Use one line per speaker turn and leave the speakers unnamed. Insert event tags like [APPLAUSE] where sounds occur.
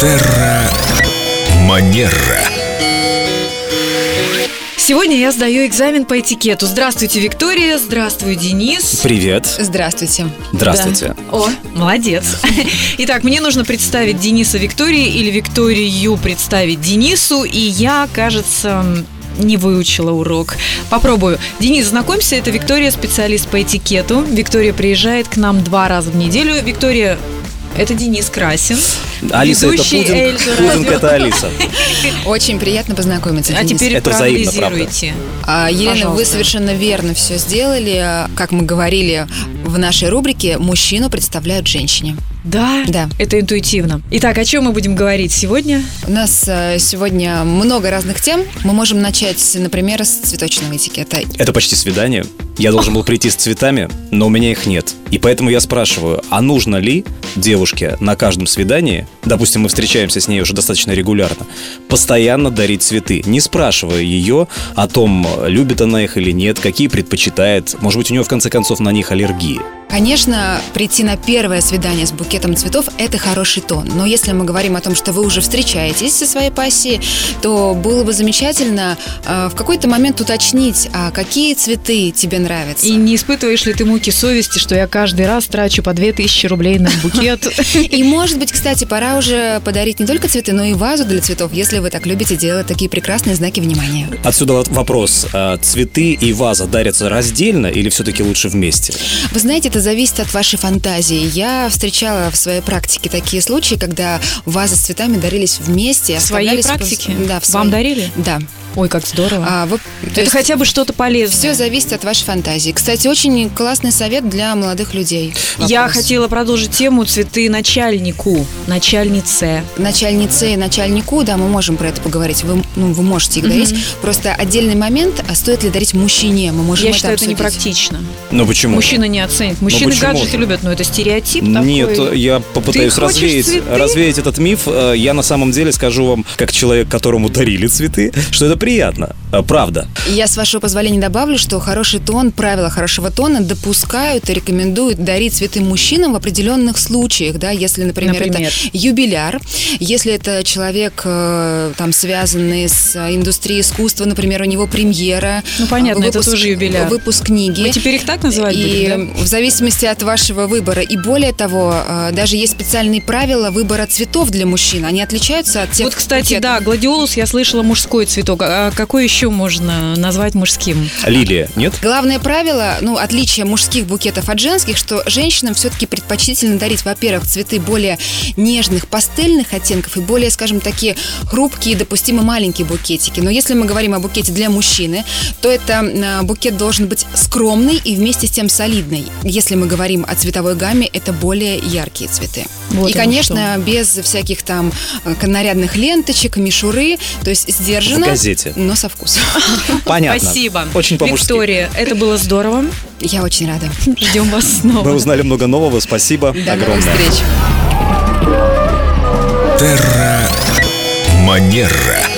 Терра Манера.
Сегодня я сдаю экзамен по этикету. Здравствуйте, Виктория. Здравствуй, Денис.
Привет.
Здравствуйте.
Здравствуйте.
О, молодец. [LAUGHS] Итак, мне нужно представить Дениса Виктории или Викторию представить Денису. И я, кажется, не выучила урок. Попробую. Денис, знакомься, это Виктория, специалист по этикету. Виктория приезжает к нам два раза в неделю. Виктория, это Денис Красин.
Алиса, это
Ведущий
пудинг.
Эльдо
Пудинг
радио.
это Алиса.
Очень приятно познакомиться.
А
Денис.
теперь
Это взаимно,
проанализируйте.
А, Елена,
Пожалуйста.
вы совершенно верно все сделали. Как мы говорили в нашей рубрике, мужчину представляют женщине.
Да,
Да.
это интуитивно. Итак, о чем мы будем говорить сегодня?
У нас э, сегодня много разных тем. Мы можем начать, например, с цветочного этикета.
Это почти свидание. Я должен был прийти с цветами, но у меня их нет. И поэтому я спрашиваю, а нужно ли девушке на каждом свидании, допустим, мы встречаемся с ней уже достаточно регулярно, постоянно дарить цветы, не спрашивая ее о том, любит она их или нет, какие предпочитает, может быть, у нее в конце концов на них аллергии.
Конечно, прийти на первое свидание с букетом цветов – это хороший тон. Но если мы говорим о том, что вы уже встречаетесь со своей пассией, то было бы замечательно э, в какой-то момент уточнить, а какие цветы тебе нравятся.
И не испытываешь ли ты муки совести, что я каждый раз трачу по 2000 рублей на
[LAUGHS]
букет?
И, может быть, кстати, пора уже подарить не только цветы, но и вазу для цветов, если вы так любите делать такие прекрасные знаки внимания.
Отсюда вот вопрос, а цветы и ваза дарятся раздельно или все-таки лучше вместе?
Вы знаете, это зависит от вашей фантазии. Я встречала в своей практике такие случаи, когда вазы с цветами дарились вместе.
В своей
оставлялись просто-
практике?
Да, в
Вам
своей.
дарили?
Да.
Ой, как здорово.
А, вы- то
Это
есть
хотя бы что-то
Все
полезное.
зависит от вашей фантазии. Кстати, очень классный совет для молодых людей.
Я
Вопрос.
хотела продолжить тему цветы начальнику, начальнице.
начальнице и начальнику, да, мы можем про это поговорить. Вы, ну, вы можете их дарить. Просто отдельный момент, а стоит ли дарить мужчине? Мы можем
Я
это
считаю, это
обсудить.
непрактично.
Ну почему?
Мужчина не оценит. Мужчины
почему
гаджеты
же?
любят, но это стереотип
Нет, э,
такой.
я попытаюсь
Ты хочешь
развеять,
цветы?
развеять этот миф. Э, Я на самом деле скажу вам, как человек, которому дарили цветы, что это приятно. Э, Правда.
Я, с вашего позволения, добавлю, что хороший тон, правила хорошего тона допускают и рекомендуют дарить цветы мужчинам в определенных случаях, да, если, например,
Например?
это юбиляр, если это человек, э, там, связанный с э, индустрией искусства, например, у него премьера.
Ну, понятно, это тоже юбиляр.
Выпуск книги.
Мы теперь их так называть
И
будем, да?
в зависимости от вашего выбора. И более того, э, даже есть специальные правила выбора цветов для мужчин. Они отличаются от тех
Вот, кстати,
букетов.
да, гладиолус, я слышала, мужской цветок. А какой еще можно назвать мужским?
Лилия, нет?
Главное правило, ну, отличие мужских букетов от женских, что женщинам все-таки предпочтительно дарить, во-первых, цветы более нежных, пастельных оттенков и более, скажем, такие хрупкие, допустимо, маленькие букетики. Но если мы говорим о букете для мужчины, то это м, а, букет должен быть скромный и вместе с тем солидный. Если мы говорим о цветовой гамме, это более яркие цветы.
Вот
и,
оно
конечно, без всяких там э, нарядных ленточек, мишуры, то есть
В
сдержанно,
газете.
но со вкусом. [LAUGHS]
Понятно.
Спасибо.
Очень по-мужски.
Виктория, это было здорово.
Я очень рада.
Ждем вас снова.
Мы узнали много нового. Спасибо
До новых
огромное.
встреч.
Терра Манера.